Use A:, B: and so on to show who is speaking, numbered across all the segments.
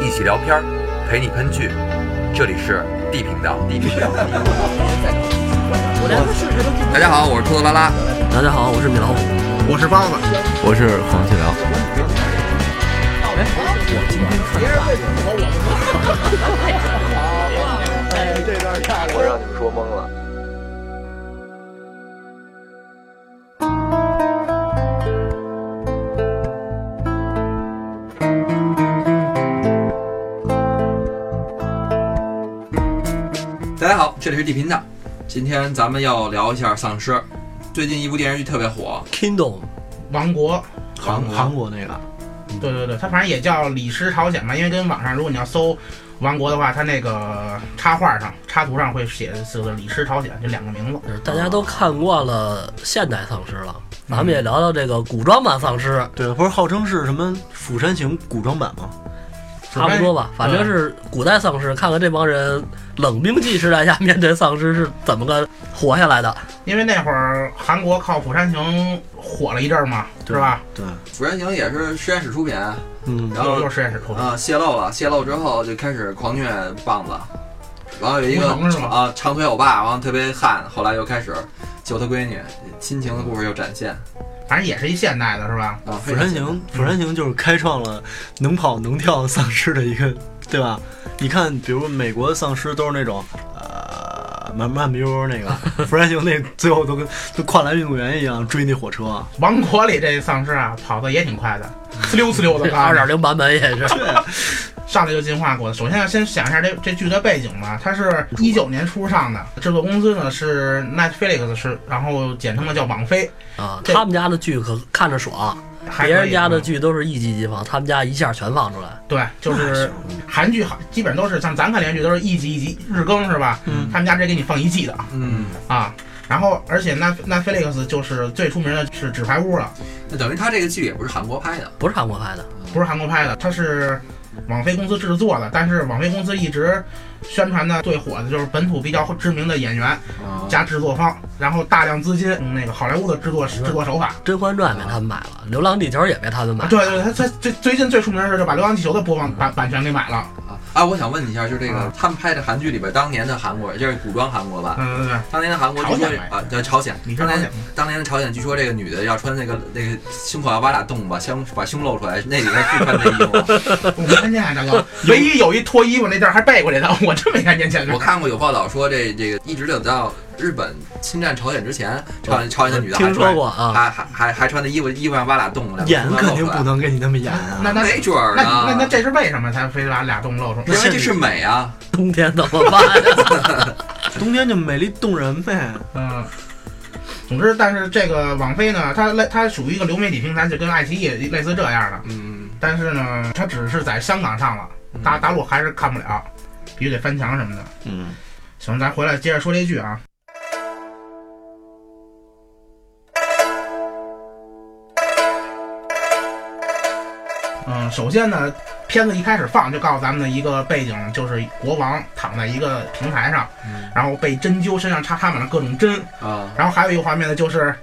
A: 一起聊片儿，陪你喷剧。这里是 D 频道，D 频道。大家好，我是兔子拉拉。
B: 大家好，我是米老虎。
C: 我是包子，
D: 我是黄继辽。
A: 我让你们说懵了。大家好，这里是地频道，今天咱们要聊一下丧尸。最近一部电视剧特别火，
B: Kingdom
C: 王国，
A: 韩国
D: 韩国那个，
C: 对对对，它反正也叫《李氏朝鲜》嘛，因为跟网上如果你要搜王国的话，它那个插画上、插图上会写的四个“李氏朝鲜”这两个名字。
B: 就是大家都看惯了现代丧尸了，
C: 嗯
B: 咱们也聊聊这个古装版丧尸，
D: 对，不是号称是什么《釜山行》古装版吗？
B: 差不多吧。
C: 嗯
B: 反正是古代丧尸，看看这帮人冷兵器时代下面对丧尸是怎么个活下来的。
C: 因为那会儿韩国靠《釜山行》火了一阵儿嘛，是
D: 对
C: 吧？
D: 对，
A: 《釜山行》也是实验室出品，
D: 嗯，
A: 然后
C: 又是实验室出的，
A: 啊、泄露了，泄露之后就开始狂虐棒子，然后有一个
C: 屠城是吗
A: 啊长腿欧巴，然后特别悍，后来又开始救他闺女，亲情的故事又展现
C: 反正也是一现代的，是吧？
A: 啊。
D: 《
A: 非
D: 釜
A: 常
D: 山行》《釜山行》就是开创了能跑能跳丧尸的一个，对吧？你看，比如美国丧尸都是那种，呃，慢慢悠悠 那个，《釜山行》那最后都跟跟跨栏运动员一样追那火车，
C: 王国里这丧尸啊，跑的也挺快的，呲溜呲溜
B: 这
C: 的，
B: 二点
C: 啊，
B: 零版本也 是，
C: 上来就进化过。首先要先想一下这这剧的背景吧，它是一九年初上的，制作公司呢是 Netflix，是然后简称的叫网飞，
B: 啊，
C: 对
B: 他们家的剧可看着爽，
C: 还
B: 别
C: 可
B: 人
C: 以
B: 家的
C: 嗯
B: 剧都是一集一集放，他们家一下全放出来。
C: 对，就是韩剧，好，基本都是像咱看连续剧都是一集一集日更是吧？
D: 嗯，
C: 他们家直接给你放一季的啊
A: 嗯，
C: 啊。然后，而且那那 Felix 就是最出名的是《纸牌屋》了，
A: 那等于他这个剧也不是韩国拍的，
B: 不是韩国拍的，
C: 不是韩国拍的，它是网飞公司制作的。但是网飞公司一直宣传的最火的就是本土比较知名的演员加制作方，然后大量资金用那个好莱坞的制作制作手法。
B: 《甄嬛传》被他们买了，《流浪地球》也被他们买
C: 啊，
B: 了。
C: 对对，对他他最最近最出名的是就把《流浪地球》的播放版版权给买了。
A: 啊。啊，我想问你一下，就是这个
C: 啊
A: 他们拍的韩剧里边，当年的韩国就是古装韩国吧？
C: 嗯，对对对，
A: 当年的韩国
C: 朝
A: 据说
C: 鲜拍的
A: 啊，叫朝鲜
C: 你。这
A: 当
C: 朝鲜
A: 年当年的朝鲜，据说这个女的要穿那个那个啊胸口要挖俩洞，把胸把胸露出来，那里边是穿内衣 吗？
C: 我没看见啊，大 哥。唯一有一脱衣服那地儿还背过来的， 我真没看见。简直
A: 我看过有报道说这这个一直等到日本侵占朝鲜之前，朝
C: 哦
A: 鲜朝鲜的女的还
B: 听说
A: 穿
B: 过啊，
A: 还还还还穿的衣服衣服上挖俩洞，两个
D: 演
A: 洞
D: 肯定
A: 露出来
D: 不能给你那么演啊。
C: 那那
A: 没准儿
C: 那那那
A: 呢，
C: 这是为什么？他非把俩洞露出来？
A: 因为这是美啊，
B: 冬天怎么办呀？
D: 冬天就美丽动人呗。
C: 嗯。总之，但是这个网飞呢，它类它属于一个流媒体平台，就跟爱奇艺类似这样的。
A: 嗯，
C: 但是呢，它只是在香港上了，
A: 嗯
C: 大大陆还是看不了，必须得翻墙什么的。
D: 嗯，
C: 行，咱回来接着说这剧啊。嗯，首先呢，片子一开始放就告诉咱们的一个背景，就是国王躺在一个平台上，
A: 嗯
C: 然后被针灸，身上插插满了各种针，
A: 啊，
C: 然后还有一个画面呢，就是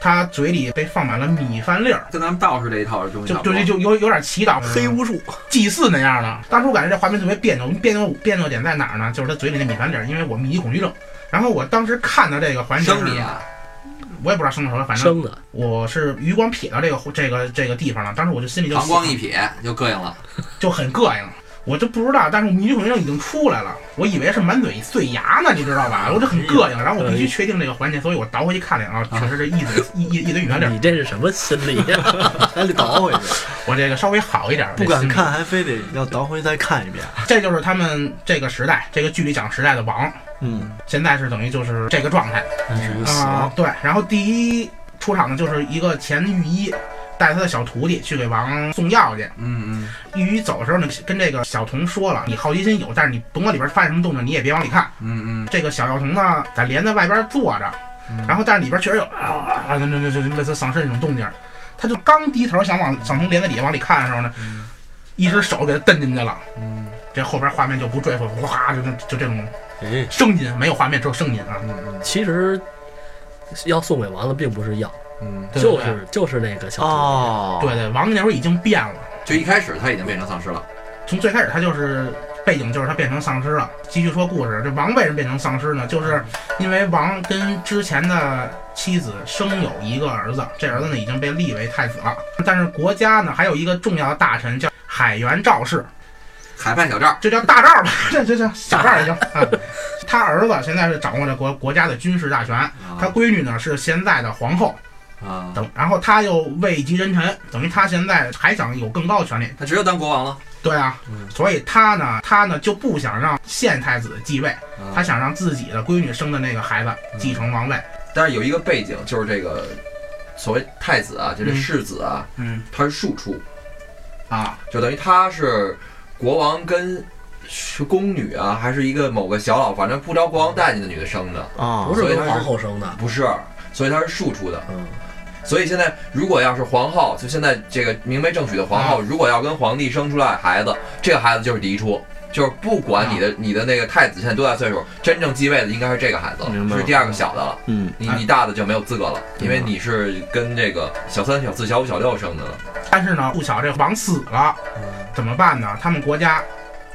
C: 他嘴里被放满了米饭粒儿，
A: 跟咱们道士这一套的东西
C: 就
A: 差不
C: 就
A: 多
C: 就就有有点祈祷
D: 黑巫术，
C: 祭祀那样的。当时我感觉这画面特别别扭，别扭别扭点在哪儿呢？就是他嘴里那米饭粒儿，因为我密集恐惧症。然后我当时看到这个环节，
A: 生米，啊，
C: 我也不知道生的什么，反正
B: 生的，
C: 我是余光瞥到这个这个这个地方了，当时我就心里就
A: 膀胱一瞥就膈应了，
C: 就很膈应。我就不知道，但是我迷迷恐症已经出来了，我以为是满嘴碎牙呢，你知道吧？我就很膈应，然后我必须确定这个环节，所以我倒回去看了眼，啊，确实是一嘴一一一嘴米饭粒儿，
B: 你这是什么心理 呀？
D: 还得倒 回去，
C: 我这个稍微好一点，
D: 不
C: 这
D: 敢
C: 心里
D: 看还非得要倒回去再看一遍。
C: 这就是他们这个时代，这个剧里讲时代的王，
D: 嗯，
C: 现在是等于就是这个状态
D: 那是个
C: 啊、对，然后第一出场的就是一个前御医带他的小徒弟去给王送药去。
A: 嗯
C: 御医走的时候呢，跟这个小童说了，你好奇心有，但是你甭管里边发现什么动静，你也别往里看。
A: 嗯嗯
C: 这个小药童呢，在帘子外边坐着，
A: 嗯，
C: 然
A: 后
C: 后但是里边确实有啊啊，啊那那那那类似丧尸那种动静儿。他就刚低头想往想从帘子底下往里看的时候呢，一只手给他蹬进去了。
A: 嗯
C: 这后边画面就不赘述，哗，就跟就这种
D: 哎，
C: 声音，没有画面，只有声音啊。
A: 嗯
B: 其实要送给王的并不是药，
A: 嗯，
C: 对
B: 就，是就是那个小
D: 哦，
C: 对对对，王那会儿已经变了，
A: 就一开始他已经变成丧尸了，
C: 从最开始他就是背景就是他变成丧尸了。继续说故事，这王为什么变成丧尸呢？就是因为王跟之前的妻子生有一个儿子，这儿子呢已经被立为太子了。但是国家呢还有一个重要的大臣叫海原赵氏，
A: 海派小赵，
C: 就叫大赵吧， 这这这小赵也行啊。他儿子现在是掌握着国国家的军事大权，他闺女呢是现在的皇后
A: 啊，
C: 等，然后他又位极人臣，等于他现在还想有更高的权利。
A: 他只有当国王了。
C: 对啊，
A: 嗯
C: 所以他呢，他呢就不想让现太子继位，
A: 啊
C: 他想让自己的闺女生的那个孩子继承王位。
A: 但是有一个背景，就是这个所谓太子啊，就这
C: 嗯
A: 世子啊，
C: 嗯
A: 他是庶出，
C: 啊，
A: 就等于他是国王跟是宫女啊，还是一个某个小老，反正不着国王待见的女的生的，
D: 啊
B: 不是
A: 所以
B: 跟
A: 他是
B: 皇后生的，
A: 不是，所以他是庶出的。
B: 嗯，
A: 所以现在如果要是皇后，就现在这个明媒正娶的皇后，如果要跟皇帝生出来孩子，这个孩子就是嫡出。就是不管你的、你的那个太子现在多大岁数，真正继位的应该是这个孩子
D: 明白
A: 了，
D: 了
A: 是第二个小的了。
D: 嗯，
A: 你
C: 哎
A: 你大的就没有资格了，因为
D: 嗯
A: 你是跟这个小三、小四、小五、小六生的了。
C: 但是呢，不巧这王死了，
B: 嗯
C: 怎么办呢？他们国家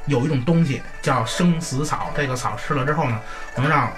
C: 有一种东西叫生死草，这个草吃了之后呢，能让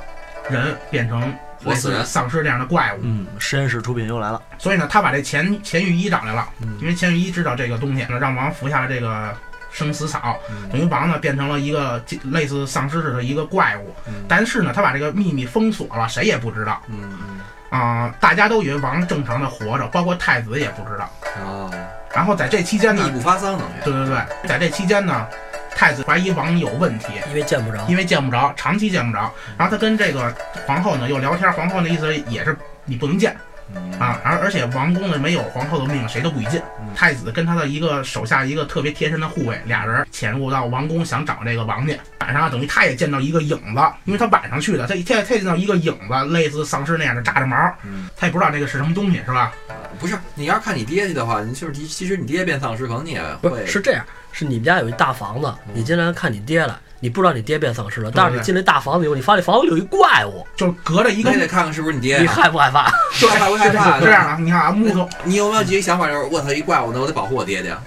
C: 人变成
A: 活死人
C: 类似丧尸这样的怪物。
D: 嗯，实验室出品又来了，
C: 所以呢，他把这钱钱御医找来了
D: 嗯，
C: 因为钱御医知道这个东西，让王服下了这个生死草，
D: 嗯
C: 等于王呢变成了一个类似丧尸似的一个怪物
D: 嗯。
C: 但是呢，他把这个秘密封锁了，谁也不知道
A: 嗯，
C: 啊、大家都以为王正常的活着，包括太子也不知道。
A: 哦，
C: 然后在这期间
A: 密
C: 呢，
A: 不发丧等于。
C: 对对对，在这期间呢，太子怀疑王有问题，
B: 因为见不着，
C: 因为见不着，长期见不着。然后他跟这个皇后呢又聊天，皇后的意思也是你不能见。
A: 嗯
C: 啊，而而且王宫呢没有皇后的命，谁都不许进
A: 嗯。
C: 太子跟他的一个手下一个特别贴身的护卫，俩人潜入到王宫想找这个王去。晚上啊等于他也见到一个影子，因为他晚上去的，他一天他见到一个影子，类似丧尸那样的扎着毛，
A: 嗯
C: 他也不知道这个是什么东西，是吧？
A: 不是，你要是看你爹去的话，你就是其实你爹变丧尸，可能你也
B: 不是
A: 会
B: 是这样，是你们家有一大房子，你进来看你爹了，你不知道你爹变丧尸了，
C: 嗯对
B: 但是你进来大房子以后，你发现房子里有一怪物，
C: 就是隔着一
A: 你
C: 个
A: 也得看看是不是你爹
B: 你
A: 呀。
B: 害不害怕？
A: 对，害不害怕？
C: 这样啊，你看啊，木头
A: 你有没有自己想法，就是我操一怪物呢，我得保护我爹爹。啊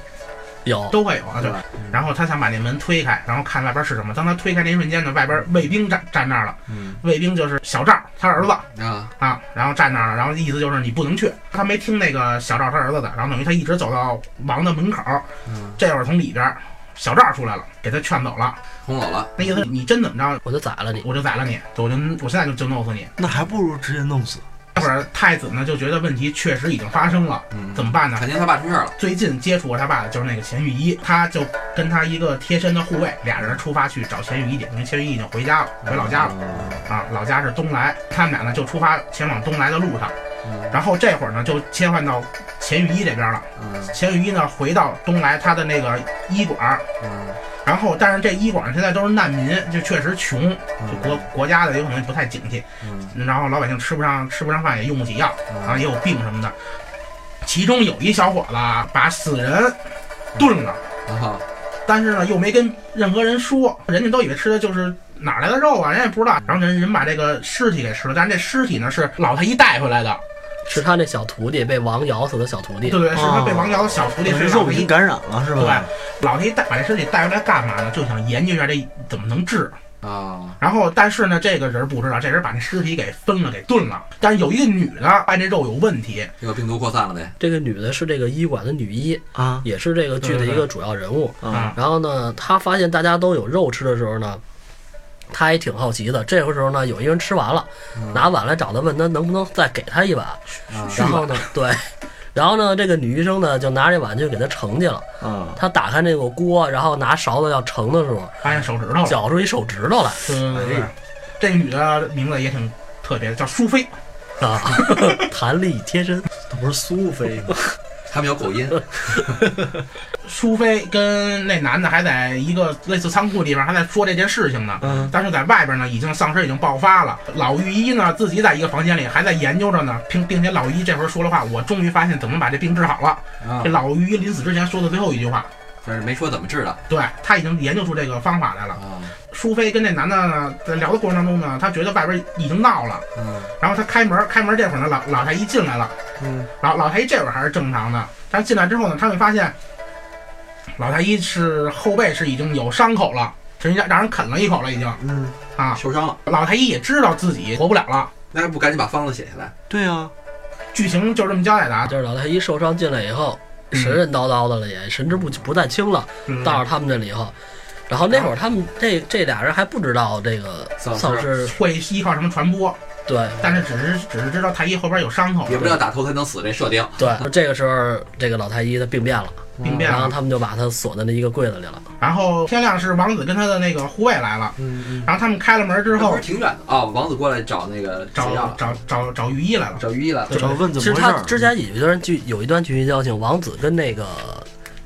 B: 有，
C: 都会有啊，对
A: 吧。
C: 然后他想把那门推开，然后看外边是什么。当他推开那一瞬间呢，外边卫兵站站那儿了，
A: 嗯
C: 卫兵就是小赵他儿子，
A: 啊，
C: 啊，然后站那儿了，然后意思就是你不能去。他没听那个小赵他儿子的，然后等于他一直走到王的门口，
A: 嗯，
C: 这会儿从里边儿小赵出来了，给他劝走了，
A: 轰走了。
C: 那意思是你真怎么着，
B: 我就宰了你。
C: 我就宰了你，我就我现在就就弄死你。
D: 那还不如直接弄死。
C: 这会儿太子呢就觉得问题确实已经发生了，
A: 嗯，
C: 怎么办呢？
A: 肯定他爸出事儿了。
C: 最近接触过他爸的就是那个钱御医，他就跟他一个贴身的护卫，俩人出发去找钱御医去，因为钱御医已经回家了，回老家了。
A: 了。
C: 啊，老家是东来，他们俩呢就出发前往东来的路上，
A: 嗯
C: 然后这会儿呢就切换到钱御医这边了。
A: 嗯
C: 钱雨一呢回到东来他的那个医馆儿，
A: 嗯，
C: 然后但是这医馆儿现在都是难民，就确实穷，就国国家的有可能不太景气，
A: 嗯
C: 然后老百姓吃不上吃不上饭，也用不起药，然后
A: 嗯
C: 也有病什么的。其中有一小伙子啊把死人炖了，
A: 啊，
C: 但是呢又没跟任何人说，人家都以为吃的就是。哪儿来的肉啊？人也不知道。然后人人把这个尸体给吃了，但是这尸体呢是老太医带回来的，
B: 是他那小徒弟被王咬死的小徒弟，
C: 对对，是他被王瑶的小徒弟
D: 等
C: 是
D: 于
C: 老
D: 肉
C: 太
D: 已
C: 医
D: 经感染了是吧？
C: 老黑带把这身体带回来干嘛呢？就想研究一下这怎么能治。
A: 啊，
C: 然后，但是呢，这个人不知道，这人把那尸体给分了，给炖了。但是有一个女的发现这肉有问题，
A: 这个病毒扩散了呗。
B: 这个女的是这个医馆的女医，
D: 啊
B: 也是这个剧的一个主要人物。
D: 啊
B: 然后呢，她发现大家都有肉吃的时候呢，她也挺好奇的。这个时候呢，有一人吃完了，拿碗来找她，问她能不能再给她一碗。
A: 啊
B: 然后呢，对，然后呢，这个女医生呢就拿这碗就给她盛去了。
D: 啊！
B: 她打开那个锅，然后拿勺子要盛的时候，
C: 发现手指头了。
B: 绞出一手指头来
C: 对对对，这个女的名字也挺特别的，叫苏菲。
B: 啊，弹力贴身。
D: 这不是苏菲吗？
A: 他们有口音。
C: 苏菲跟那男的还在一个类似仓库里边还在说这件事情呢。
D: 嗯，
C: 但是在外边呢，已经丧尸已经爆发了。老御医呢，自己在一个房间里还在研究着呢，并并且老御医这会儿说了话，我终于发现怎么把这病治好了。
A: 啊
C: 这，老御医临死之前说的最后一句话，
A: 但是没说怎么治的
C: 对他已经研究出这个方法来了。
A: 啊。
C: 苏菲跟这男的呢，在聊的过程当中呢，他觉得外边已经闹了，
A: 嗯
C: 然后他开门，开门这会儿呢，老老太医进来了，
A: 嗯
C: 老老太医这会儿还是正常的，但是进来之后呢，他们发现老太医是后背是已经有伤口了，直接让人啃了一口了已经
E: 嗯，
C: 啊。
E: 受伤了，
C: 老太医也知道自己活不了了，
E: 那还不赶紧把方子写下来？
D: 对啊，
C: 剧情就这么交代的啊。
B: 就是老太医受伤进来以后，
C: 嗯
B: 神神叨叨的了，也神志不不太清了，
C: 嗯
B: 到了他们这里以后，然后那会儿他们这这俩人还不知道这个
E: 丧尸
B: 丧尸，
C: 会依靠什么传播，
B: 对
C: 但是只是只是知道太医后边有伤口
E: 也，不知道打头才能死这设定。
B: 对，这个时候这个老太医他病变了，
C: 嗯病变
B: 然后
C: 了。
B: 他们就把他锁在那一个柜子里了。
C: 然后天亮是王子跟他的那个护卫来了，
D: 嗯
C: 然后他们开了门之
E: 那不
C: 后
E: 是，挺远的啊！王子过来找那个谁
C: 找
A: 啊
E: 呀？
C: 找找找御医来了。
E: 找御医来了。
D: 嗯，找问
B: 其
D: 怎
B: 实
D: 么回事
B: 他
D: 儿？
B: 之前有一段剧，有一段剧情交情，王子跟那个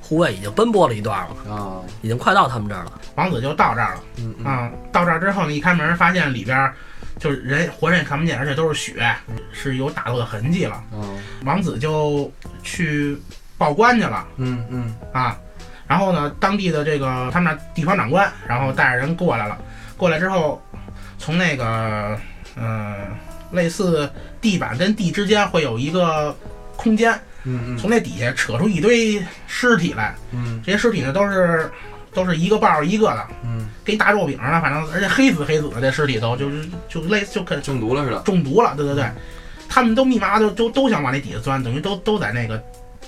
B: 护卫已经奔波了一段了，
E: 啊，
B: 已经快到他们这儿了。
C: 王子就到这儿了
E: 嗯嗯，
C: 啊、到这儿之后呢，一开门发现里边儿就是人活人也看不见，而且都是血，是有打斗的痕迹了。
E: 嗯
C: 王子就去报官去了
E: 嗯嗯，
C: 啊。然后呢，当地的这个他们那地方长官，然后带着人过来了。过来之后，从那个嗯、呃类似地板跟地之间会有一个空间，
E: 嗯嗯
C: 从那底下扯出一堆尸体来。
E: 嗯
C: 这些尸体呢都是都是一个抱着一个的，
E: 嗯，
C: 跟一大肉饼似的，反正而且黑死黑死的，这尸体都就是就类似就跟
E: 中毒了似的。
C: 中毒了，对对对，他们都密麻麻都都都想往那底下钻，等于都都在那个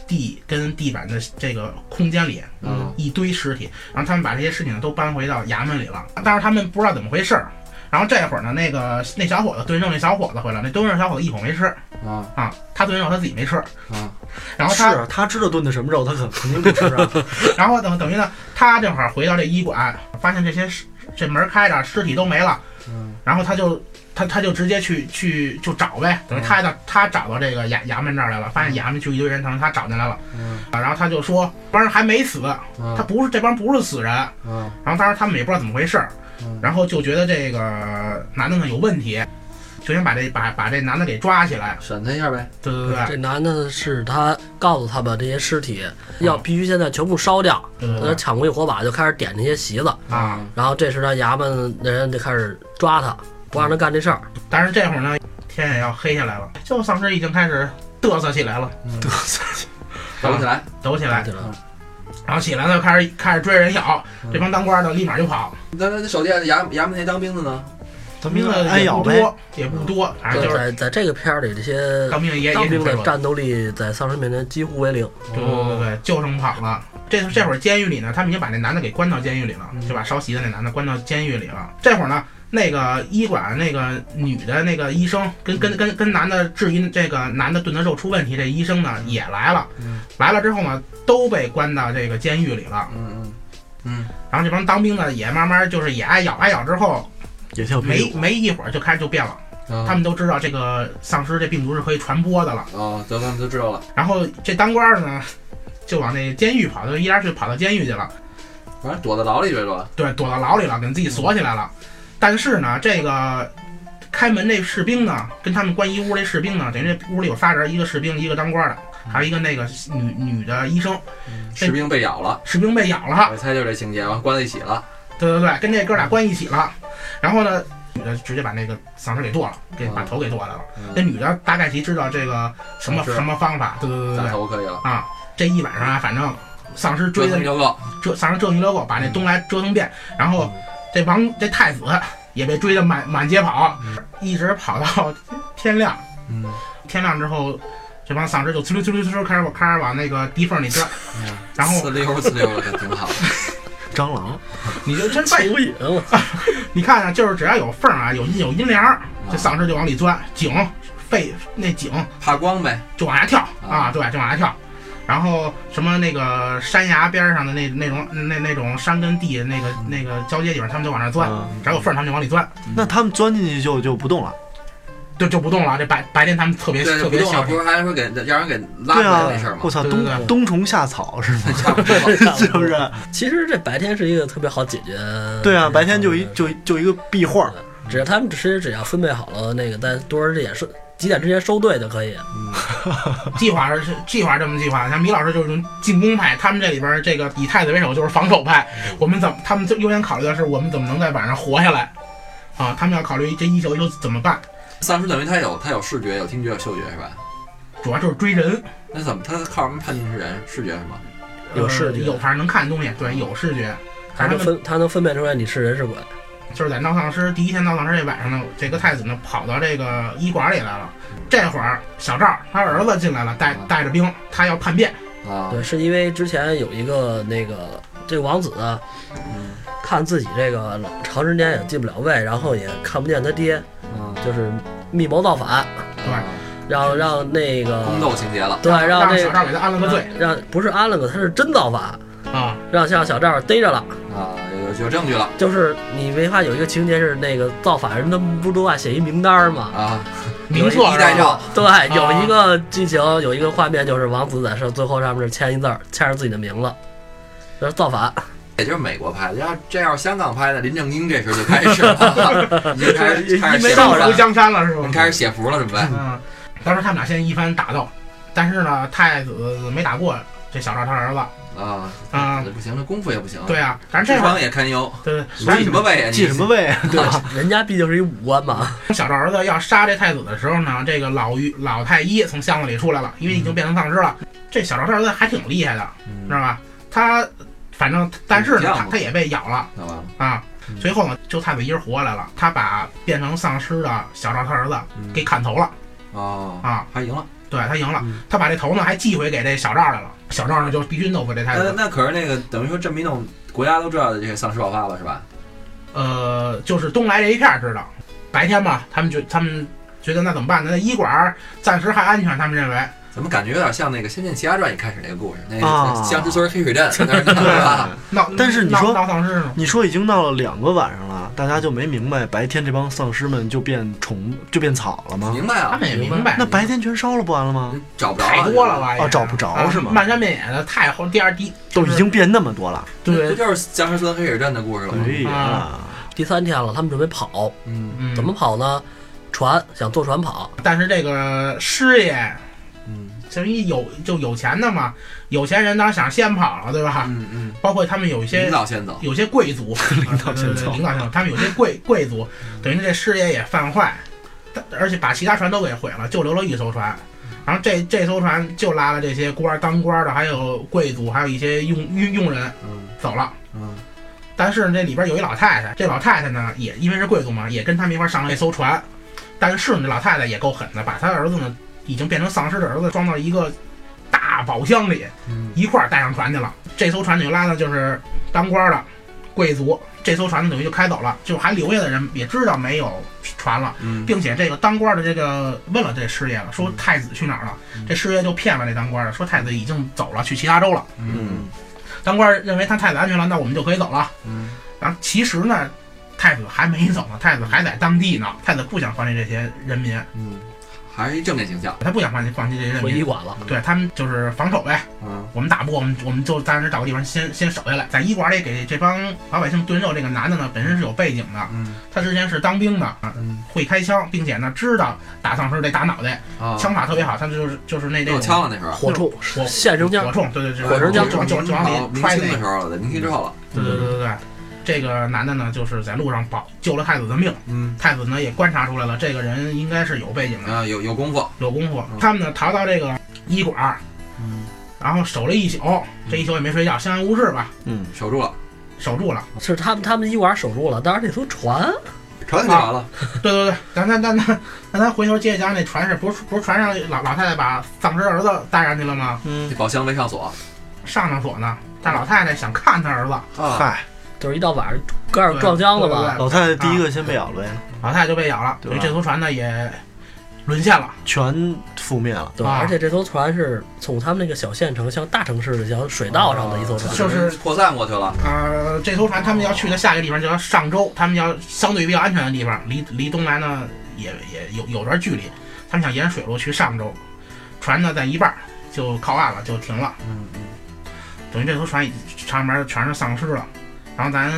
C: 地跟地板的这个空间里，
E: 嗯
C: 一堆尸体，然后他们把这些尸体呢都搬回到衙门里了，但是他们不知道怎么回事儿。然后这会儿呢，那个那小伙子蹲肉那小伙子回来，那蹲肉小伙子一口没吃
E: 啊
C: 啊，他蹲肉他自己没吃，
E: 啊，
C: 然后他
D: 是他知道炖的什么肉，他肯肯定不吃啊。
C: 然后等等于呢，他这会儿回到这医馆，发现这些尸这门开着，尸体都没了，
E: 嗯
C: 然后他就他他就直接去去就找呗，等于他到他找到这个衙衙门这儿来了，发现衙门就一堆人，等于他找进来了，
E: 嗯
C: 啊然后他就说，帮人还没死，他
A: 嗯
E: 啊
C: 不是这帮不是死人，
E: 啊
C: 然后当时他们也不知道怎么回事儿
E: 嗯，
C: 然后就觉得这个男的呢有问题，就想把这把把这男的给抓起来，
E: 审他一下呗。
C: 对对对
B: 这男的是他告诉他们这些尸体要必须现在全部烧掉，
C: 对对
B: 他
C: 对
B: 抢过一火把就开始点那些席子，
A: 呃
C: 啊。
B: 然后这时他衙门的人就开始抓他，不让他干这事儿。
C: 但是这会儿呢，天也要黑下来了，就丧尸已经开始嘚瑟起来了，
E: 嗯
D: 得瑟
E: 找起来。
C: 抖起来，
B: 对了
C: 然后起来呢就开始开始追人咬，这帮当官的立马就跑，
E: 那那那手下衙衙门那当兵的呢？
D: 咱们
C: 兵的
D: 挨
C: 也
D: 咬
C: 不
D: 呗。
C: 多，也不多，反正
B: 对，
C: 就是
B: 在在这个片儿里，这些
C: 当兵也也
B: 当
C: 挺
B: 兵
C: 脆
B: 的
C: 弱的，
B: 战斗力在丧尸面前几乎为零。
C: 对对对对，就剩跑了。这这会儿监狱里呢，他们已经把那男的给关到监狱里了，就把烧席的那男的关到监狱里了。这会儿呢。那个医馆那个女的那个医生跟跟跟跟男的质疑这个男的炖的肉出问题，这医生呢也来了
E: 嗯，
C: 来了之后呢都被关到这个监狱里了。
E: 嗯嗯嗯
C: 然后这帮当兵的也慢慢就是也挨咬，挨咬之后
D: 也挺有屁
C: 没
D: 股。
C: 没一会儿就开始就变了，
E: 啊
C: 他们都知道这个丧尸这病毒是可以传播的了。
E: 哦，德他们都知道了。
C: 然后这当官的呢，就往那监狱跑，就一来就跑到监狱去了，
E: 反正躲在牢里边吧。
C: 对，躲到牢里了，给自己锁起来了。但是呢，这个开门这士兵呢，跟他们关一屋这士兵呢，等于这屋里有仨人，一个士兵，一个当官的，还有一个那个女女的医生。
E: 士兵被咬了，
C: 士兵被咬了，
E: 我猜就是这情节，完关在一起了。
C: 对对对，跟这哥俩关一起了。然后呢，女的直接把那个丧尸给剁了，给把头给剁下来了。那
E: 嗯，
C: 女的大概其知道这个什么
E: 是
C: 什么方法，对对对对
E: 打
C: 对
E: 嗯头可以了。
C: 啊！这一晚上啊，反正丧尸追
E: 追踪
C: 的
E: 就够。
C: 折丧尸折腾溜够，把那东来折腾遍，然后这王这太子也被追得满满街跑，一直跑到天亮。
E: 嗯，
C: 天亮之后，这帮丧尸就呲溜呲溜呲溜开始往开始往那个地缝里钻，然后
E: 嗯呲溜呲溜的，挺好。
D: 蟑螂，
C: 你就真被
B: 蚯蚓，我操！
C: 你看啊，就是只要有缝儿啊，有有阴凉儿，这丧尸就往里钻，井肺那井
E: 怕光呗。
C: 就往下跳
E: 啊
C: 啊，对，就往下跳。然后什么那个山崖边上的那那种那那种山跟地那个
E: 嗯
C: 那个交接地方，他们就往上钻，
D: 嗯
C: 只要有缝儿他们就往里钻，
D: 那他们钻进去就就不动了。
C: 就就不动了。这白白天他们特别
E: 对，
C: 特
E: 不
C: 别
E: 动了，
C: 孝
E: 不
C: 顺，
E: 是还说给让人给拉回
D: 对啊
E: 来那事儿，吗
D: 我？操，
C: 对对对
D: 冬冬虫夏草是吗？
E: 差不多了。
D: 是不是？
B: 嗯其实这白天是一个特别好解决。
D: 对啊，白天就一就就一个壁画，
B: 只要他们只是只要分配好了那个在多少点收几点之前收队就可以。
C: 计划是计划这么计划。像米老师就是进攻派，他们这里边这个以太子为首就是防守派。
E: 嗯
C: 我们怎么他们最优先考虑的是我们怎么能在晚上活下来啊？他们要考虑这一宿一宿怎么办，
E: 丧尸等于他有他有视觉、有听觉、有嗅觉是吧？
C: 主要就是追人。
E: 那怎么他靠什么判定是人？视觉是吗？
B: 有视
C: 呃
B: 觉
C: 有反正能看东西，对，有视觉。
B: 他能分他能分辨出来你是人是鬼。
C: 就是在闹丧尸第一天闹丧尸这晚上呢，这个太子呢跑到这个医馆里来了。这会儿小赵他儿子进来了，
E: 嗯
C: 带带着兵，他要叛变。
E: 啊，
B: 对，是因为之前有一个那个这个王子呢，看自己这个老长时间也进不了位，然后也看不见他爹，
E: 嗯，
B: 就是密谋造反，
E: 对，
B: 让让那个
E: 嗯宫斗情节了，
B: 对让
C: 让
B: 那
C: 小赵给他安了个罪
B: 啊让不是安了个，他是真造反，
E: 嗯
C: 啊，
B: 让让小赵逮着了。
E: 啊，有有有证据了
B: 就是你没发现有一个情节是那个造反人他们不都爱写一名单儿吗？
E: 啊，
C: 明
E: 有
C: 错
E: 一代
C: 是吧？
E: 照，
B: 对，有一个剧情，有一个画面，就是王子在上最后上面签一字儿，签上自己的名字，就是造 反。
E: 也就是美国拍的，要这要是香港拍的，林正英这时候就开始 了，已经开始开始写
C: 上
E: 符
C: 不
E: 了，
C: 江山了是吧
E: 你？开始写符了，准备
C: 嗯，当时他们俩先一番打斗，但是呢，太子没打过这小赵他儿子。
E: 啊
C: 啊
E: 不行，这功夫也不行，
C: 对，啊，反正
E: 嗯智
C: 这会儿
E: 商也堪忧，
C: 对，反
E: 记什
C: 正
E: 么
A: 哎
E: 位啊？你
D: 记什么？位啊？对吧？
B: 人家毕竟是一武官嘛，
C: 小赵儿子要杀这太子的时候呢，这个老于老太医从箱子里出来了，因为已经变成丧尸了。这小赵他儿子还挺厉害的，
E: 嗯
C: 知道吧？他反正但是
E: 这
C: 呢，
E: 样
C: 他
E: 吧
C: 他也被咬了
E: 那完了，
C: 啊。
D: 嗯
C: 随后呢，就太子一人活下来了，他把变成丧尸的小赵他儿子
E: 嗯
C: 给砍头了
E: 哦，
C: 啊！
E: 还赢了。
C: 对他赢了
D: 嗯，
C: 他把这头呢还寄回给这小赵来了。小赵呢就必须弄死这太
E: 那
C: 子，
E: 那可是那个等于说这么一弄，国家都知道这个丧尸爆发了是吧？
C: 呃，就是东来这一片儿知道。白天吧，他们觉他们觉得那怎么办呢？那医馆儿暂时还安全，他们认为。
E: 怎么感觉有点像那个《仙剑奇侠传》一开始那个故事，那
D: 啊
E: 个乡之村黑水镇在那儿弄 啊，
C: 闹，
D: 但是你说
C: 闹闹丧尸呢？
D: 你说已经闹了两个晚上了，大家就没明白白天这帮丧尸们就变虫就变草了吗？
E: 明白
C: 他
E: 啊？
C: 们也明白
D: 那，白天全烧了不完了吗？
E: 找不着
C: 太多了吧？也
D: 哦，找不着是
C: 啊
D: 吗？
C: 漫山遍野的太后第二第
D: 都已经变那么多了。
E: 这
C: 对，
E: 就是僵尸村黑水镇的故事了吗
D: 哎？呀
C: 啊，
B: 第三天了，他们准备跑，
E: 嗯，
C: 嗯
B: 怎么跑呢？船想坐船跑，
C: 但是这个师爷，
E: 嗯，
C: 因为有就有钱的嘛，有钱人当然想先跑了，对吧？
E: 嗯嗯，
C: 包括他们有一些
E: 领导先走，
C: 有些贵族，啊领
D: 导先走
C: 领导先走，他们有些贵贵族，等于这师爷也犯坏，但而且把其他船都给毁了，就留了一艘船。然后这这艘船就拉了这些官儿当官儿的，还有贵族，还有一些佣佣佣人
E: 嗯
C: 走了。
E: 嗯，
C: 但是这里边有一老太太，这老太太呢也因为是贵族嘛，也跟他们一块儿上了一艘船。但是呢，老太太也够狠的，把她儿子呢已经变成丧尸的儿子装到一个大宝箱里，
E: 嗯
C: 一块儿带上船去了。这艘船就拉的就是当官的贵族，这艘船呢等于就开走了，就还留下的人也知道没有船了。
E: 嗯，
C: 并且这个当官的这个问了这师爷了，说太子去哪儿了？
E: 嗯
C: 这师爷就骗了这当官的，说太子已经走了，去其他州了。
E: 嗯
C: 当官认为他太子安全了，那我们就可以走了。
E: 嗯
C: 然后其实呢，太子还没走呢，太子还在当地呢。太子不想放弃这些人民，
E: 嗯，还是一正面形象，
C: 他不想放弃放弃这些人
B: 回医
C: 民。
B: 馆了。
C: 对他们就是防守呗，
E: 嗯
C: 我们打不过，我们我们就暂时找个地方先先守下来。在医馆里给这帮老百姓炖肉，这个男的呢本身是有背景的，
E: 嗯
C: 他之前是当兵的，啊，
E: 嗯
C: 会开枪，并且呢知道打丧尸得打脑袋，
E: 啊，
C: 枪法特别好。他就是就是那这
E: 又
C: 种
E: 枪了那时候，
B: 火铳，
C: 嗯火
B: 现成
C: 火
B: 枪，
C: 铳，对对对，
B: 火绳枪
C: 就往就往就往
E: 明
C: 里揣
E: 清
C: 那
E: 的
C: 个
E: 时。候了，明清之后了，
C: 对对对对对，这个男的呢就是在路上保救了太子的命。
E: 嗯
C: 太子呢也观察出来了，这个人应该是有背景的，
E: 啊，有有功夫，
C: 有功夫
E: 嗯。
C: 他们呢逃到这个医馆儿，
E: 嗯，
C: 然后守了一宿，这一宿也没睡觉，相安无事吧，
D: 嗯，
E: 守住了，
C: 守住了。
B: 是他们他们医馆守住了，但是那艘船
E: 船给拿完了，
C: 对对对，咱咱咱咱咱咱回头接着讲那船是不是不是船上老老太太把丧尸儿子带上去了吗？
E: 这
D: 嗯，
E: 宝箱没上锁
C: 上上锁呢，但老太太想看她儿子，
E: 啊，
D: 嗨，
B: 就是一到晚上盖儿撞僵了
C: 对
B: 吧？
C: 对对
D: 老太太第一个先被咬了呗，
C: 老太太就被咬了，
D: 对吧
C: 所以这艘船呢也沦陷了。
D: 全覆灭了。
B: 对，
C: 啊
B: 而且这艘船是从他们那个小县城向大城市的小水道上的一艘
D: 啊
B: 船，
E: 就是扩散过去了，
C: 呃，这艘船他们要去的下一个地方就叫上州，他们要相对于比较安全的地方，离离东来呢也也有有段距离，他们想沿水路去上州，船呢在一半儿就靠岸了，就停了，
E: 嗯嗯。
C: 等于这艘船已上面全是丧尸了。然后咱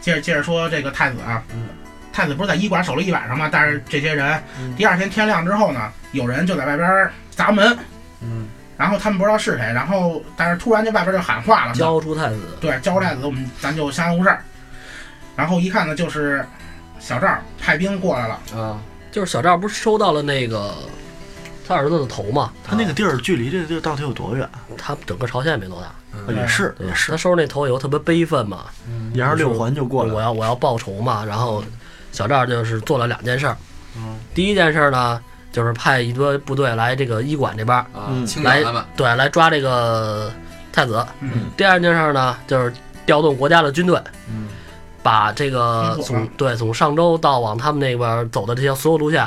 C: 接着接着说这个太子啊
E: 嗯，
C: 太子不是在医馆守了一晚上吗？但是这些人
E: 嗯
C: 第二天天亮之后呢，有人就在外边儿砸门，
E: 嗯
C: 然后他们不知道是谁，然后但是突然这外边就喊话了，
B: 交出太子，
C: 对，交代子我
B: 嗯
C: 们咱就相安无事儿。然后一看呢，就是小赵派兵过来了，
E: 啊，
B: 就是小赵不是收到了那个他儿子的头嘛，
D: 他那个地儿距离这个地儿到底有多远？
B: 他整个朝鲜没多大，
D: 啊也是
B: 啊对
D: 也
B: 吧？
D: 是
B: 他，收拾那头以后特别悲愤嘛，
E: 嗯
D: 沿着六环就过来
B: 我
D: 了。
B: 要我要报仇嘛。然后小赵就是做了两件事儿，
E: 嗯
B: 第一件事儿呢，就是派一堆部队来这个医馆这边儿
E: 啊，
D: 嗯
E: 清
B: 来
E: 剿他们，
B: 对来抓这个太子。
C: 嗯
B: 第二件事儿呢，就是调动国家的军队，
E: 嗯，
B: 把这个
C: 封锁
B: 从对从上周到往他们那边儿走的这些所有路线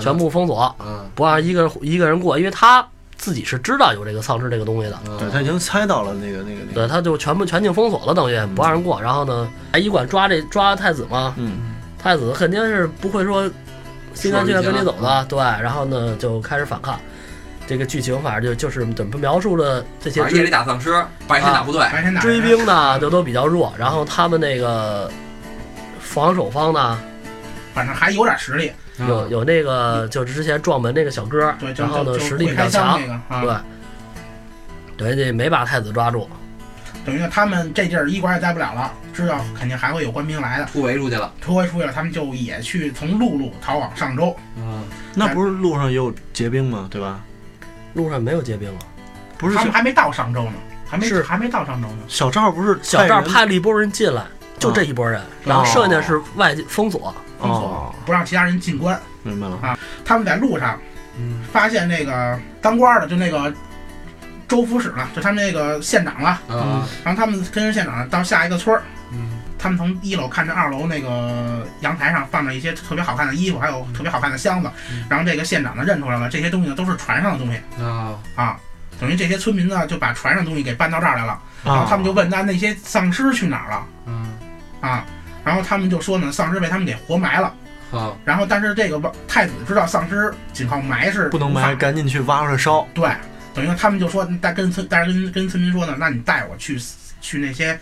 B: 全部封锁，
E: 啊，
B: 不让一个人一个人过，因为他自己是知道有这个丧尸这个东西的。
E: 嗯
D: 对他已经猜到了那个那个那
B: 对，
D: 个，
B: 他就全部全境封锁了，等于不让人过。然后呢，来医馆抓这抓太子嘛，
D: 嗯，
B: 太子肯定是不会说心甘情愿跟你走的，对。然后呢，就开始反抗。这个剧情反正就就是怎么描述了这些
E: 反正夜里
B: 追
E: 打丧尸，白天打部队，
C: 白天打啊
B: 追兵呢，就都比较弱。然后他们那个防守方呢，
C: 反正还有点实力，
E: 嗯
B: 有有那个就之前撞门那个小哥，
C: 啊对，就
B: 然后呢
C: 就
B: 实
C: 就
B: 力
C: 会
B: 比较
C: 开
B: 强
C: 枪那，个
B: 对
C: 啊，，
B: 等于这没把太子抓住。
C: 等于他们这地儿医馆也待不了了，知道肯定还会有官兵来的，
E: 突围出去了，
C: 突围出去了，他们就也去从陆路逃往上州，
E: 嗯，
D: 那不是路上也有结冰吗？对吧？
B: 路上没有结冰啊，
D: 不是
C: 他
D: 小
C: 们还没到上州呢，还没
B: 是
C: 还没到上州呢，
D: 小赵不是
B: 小赵
D: 带人
B: 派了一波人进来，
C: 啊
B: 就这一波人，然后
C: 哦
B: 剩下是外界封锁。
C: 封锁
D: 哦，
C: 不让其他人进关。
D: 明白了，
C: 他们在路上
E: 嗯
C: 发现那个当官的，就那个州府使了，就他们那个县长了，
E: 啊，
C: 然后他们跟着县长到下一个村儿。
E: 嗯，
C: 他们从一楼看着二楼那个阳台上放着一些特别好看的衣服，还有特别好看的箱子
E: 嗯。
C: 然后这个县长呢认出来了，这些东西呢都是船上的东西
E: 啊，
C: 啊。等于这些村民呢就把船上的东西给搬到这儿来了。然
D: 啊
C: 后他们就问那那些丧尸去哪儿了
E: 嗯，
C: 啊？然后他们就说呢，丧尸被他们给活埋了。
E: 好，
C: 然后但是这个王太子知道丧尸仅靠埋是
D: 不能
C: 无法
D: 埋，赶紧去挖出来烧。
C: 对，等于他们就说，但跟村，但是跟跟村民说呢，那你带我去去那些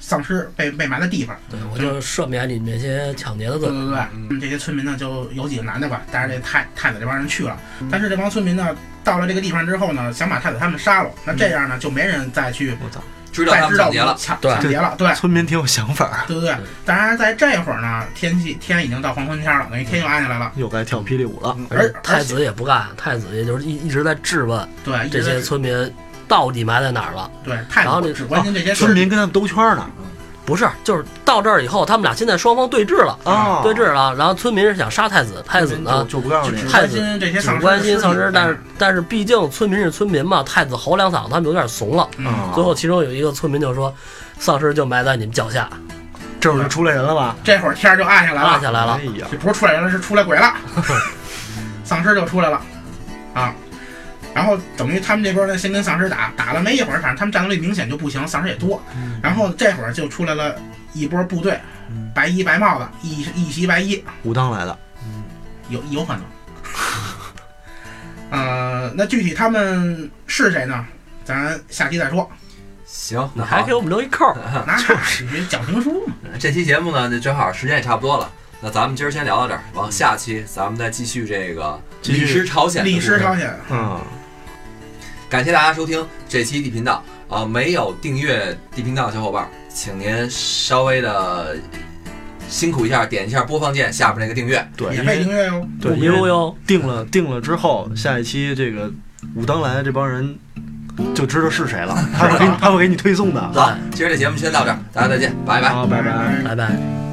C: 丧尸被被埋的地方。
B: 对，我就赦免你们这些抢劫的罪
C: 对。对对，
E: 嗯
C: 嗯，这些村民呢，就有几个男的吧，带着这太太子这帮人去了。但是这帮村民呢，到了这个地方之后呢，想把太子他们杀了。那这样呢，就没人再去
D: 我操，
E: 知道
C: 再
E: 他
C: 知
E: 们
C: 道
E: 抢劫了，
C: 抢
B: 对
C: 抢劫了，对
D: 村民挺有想法啊，
C: 对对对
B: 对。
C: 当然，在这会儿呢，天气天已经到黄昏天了，等于天又暗下来了。
D: 又该跳霹雳舞
B: 嗯
D: 了。
C: 而
B: 太子也不干，太子也就是一一直在质问
C: 对一
B: 这
C: 直
B: 些村民到底埋在哪儿了。
C: 对太
B: 然后
C: 子
B: 这
C: 只关心这些事儿
D: 村民跟他们兜圈呢
B: 不是，就是到这儿以后，他们俩现在双方对峙了，
D: 啊，
B: 对峙了。然后村民是想杀太子，太子呢
D: 就就不告诉
C: 哦就
D: 你
C: 只
B: 太，
C: 关心这些
B: 只
C: 丧尸，
B: 关心丧尸，
D: 哎
B: 但是但是毕竟村民是村民嘛，太子吼两嗓子，他们有点怂了。
C: 嗯，
D: 啊
B: 最后其中有一个村民就说：“丧尸就埋在你们脚下，
D: 这会儿就出来人了吧？
C: 这会儿天儿就暗下来了
B: 按。下来了
D: 哎。呀，
C: 这不是出来人了，是出来鬼了，丧尸就出来了啊。然后等于他们这边呢，先跟丧尸打，打了没一会儿，反正他们战斗力明显就不行，丧尸也多。然后这会儿就出来了一波部队，白衣白帽子，一一袭白衣，
D: 武当来的，
C: 有有可能。 呃，那具体他们是谁呢？咱下期再说。
E: 行，
B: 你
E: 那
B: 还
E: 好
B: 给，我们留一扣儿，
C: 那就是讲评书嘛。
E: 这期节目呢，就正好时间也差不多了。那咱们今儿先聊到这儿，往下期咱们再继续这个
D: 继
E: 历
D: 续
E: 史朝鲜的
C: 历
E: 部
C: 史
E: 分
C: 朝鲜，
D: 嗯，
E: 感谢大家收听这期地频道啊、没有订阅地频道的小伙伴，请您稍微的辛苦一下，点一下播放键下边那个订阅。
D: 对，
C: 免
D: 因
C: 费
D: 为
C: 订阅哟。
D: 对，因
B: 悠
D: 为
B: 悠。
D: 定了定了之后，下一期这个武当来的这帮人就知道是谁了，他会给你他会给你推送的。
E: 好，今儿这节目先到这儿，大家再见，拜拜。
D: 好，拜拜。
B: 拜拜。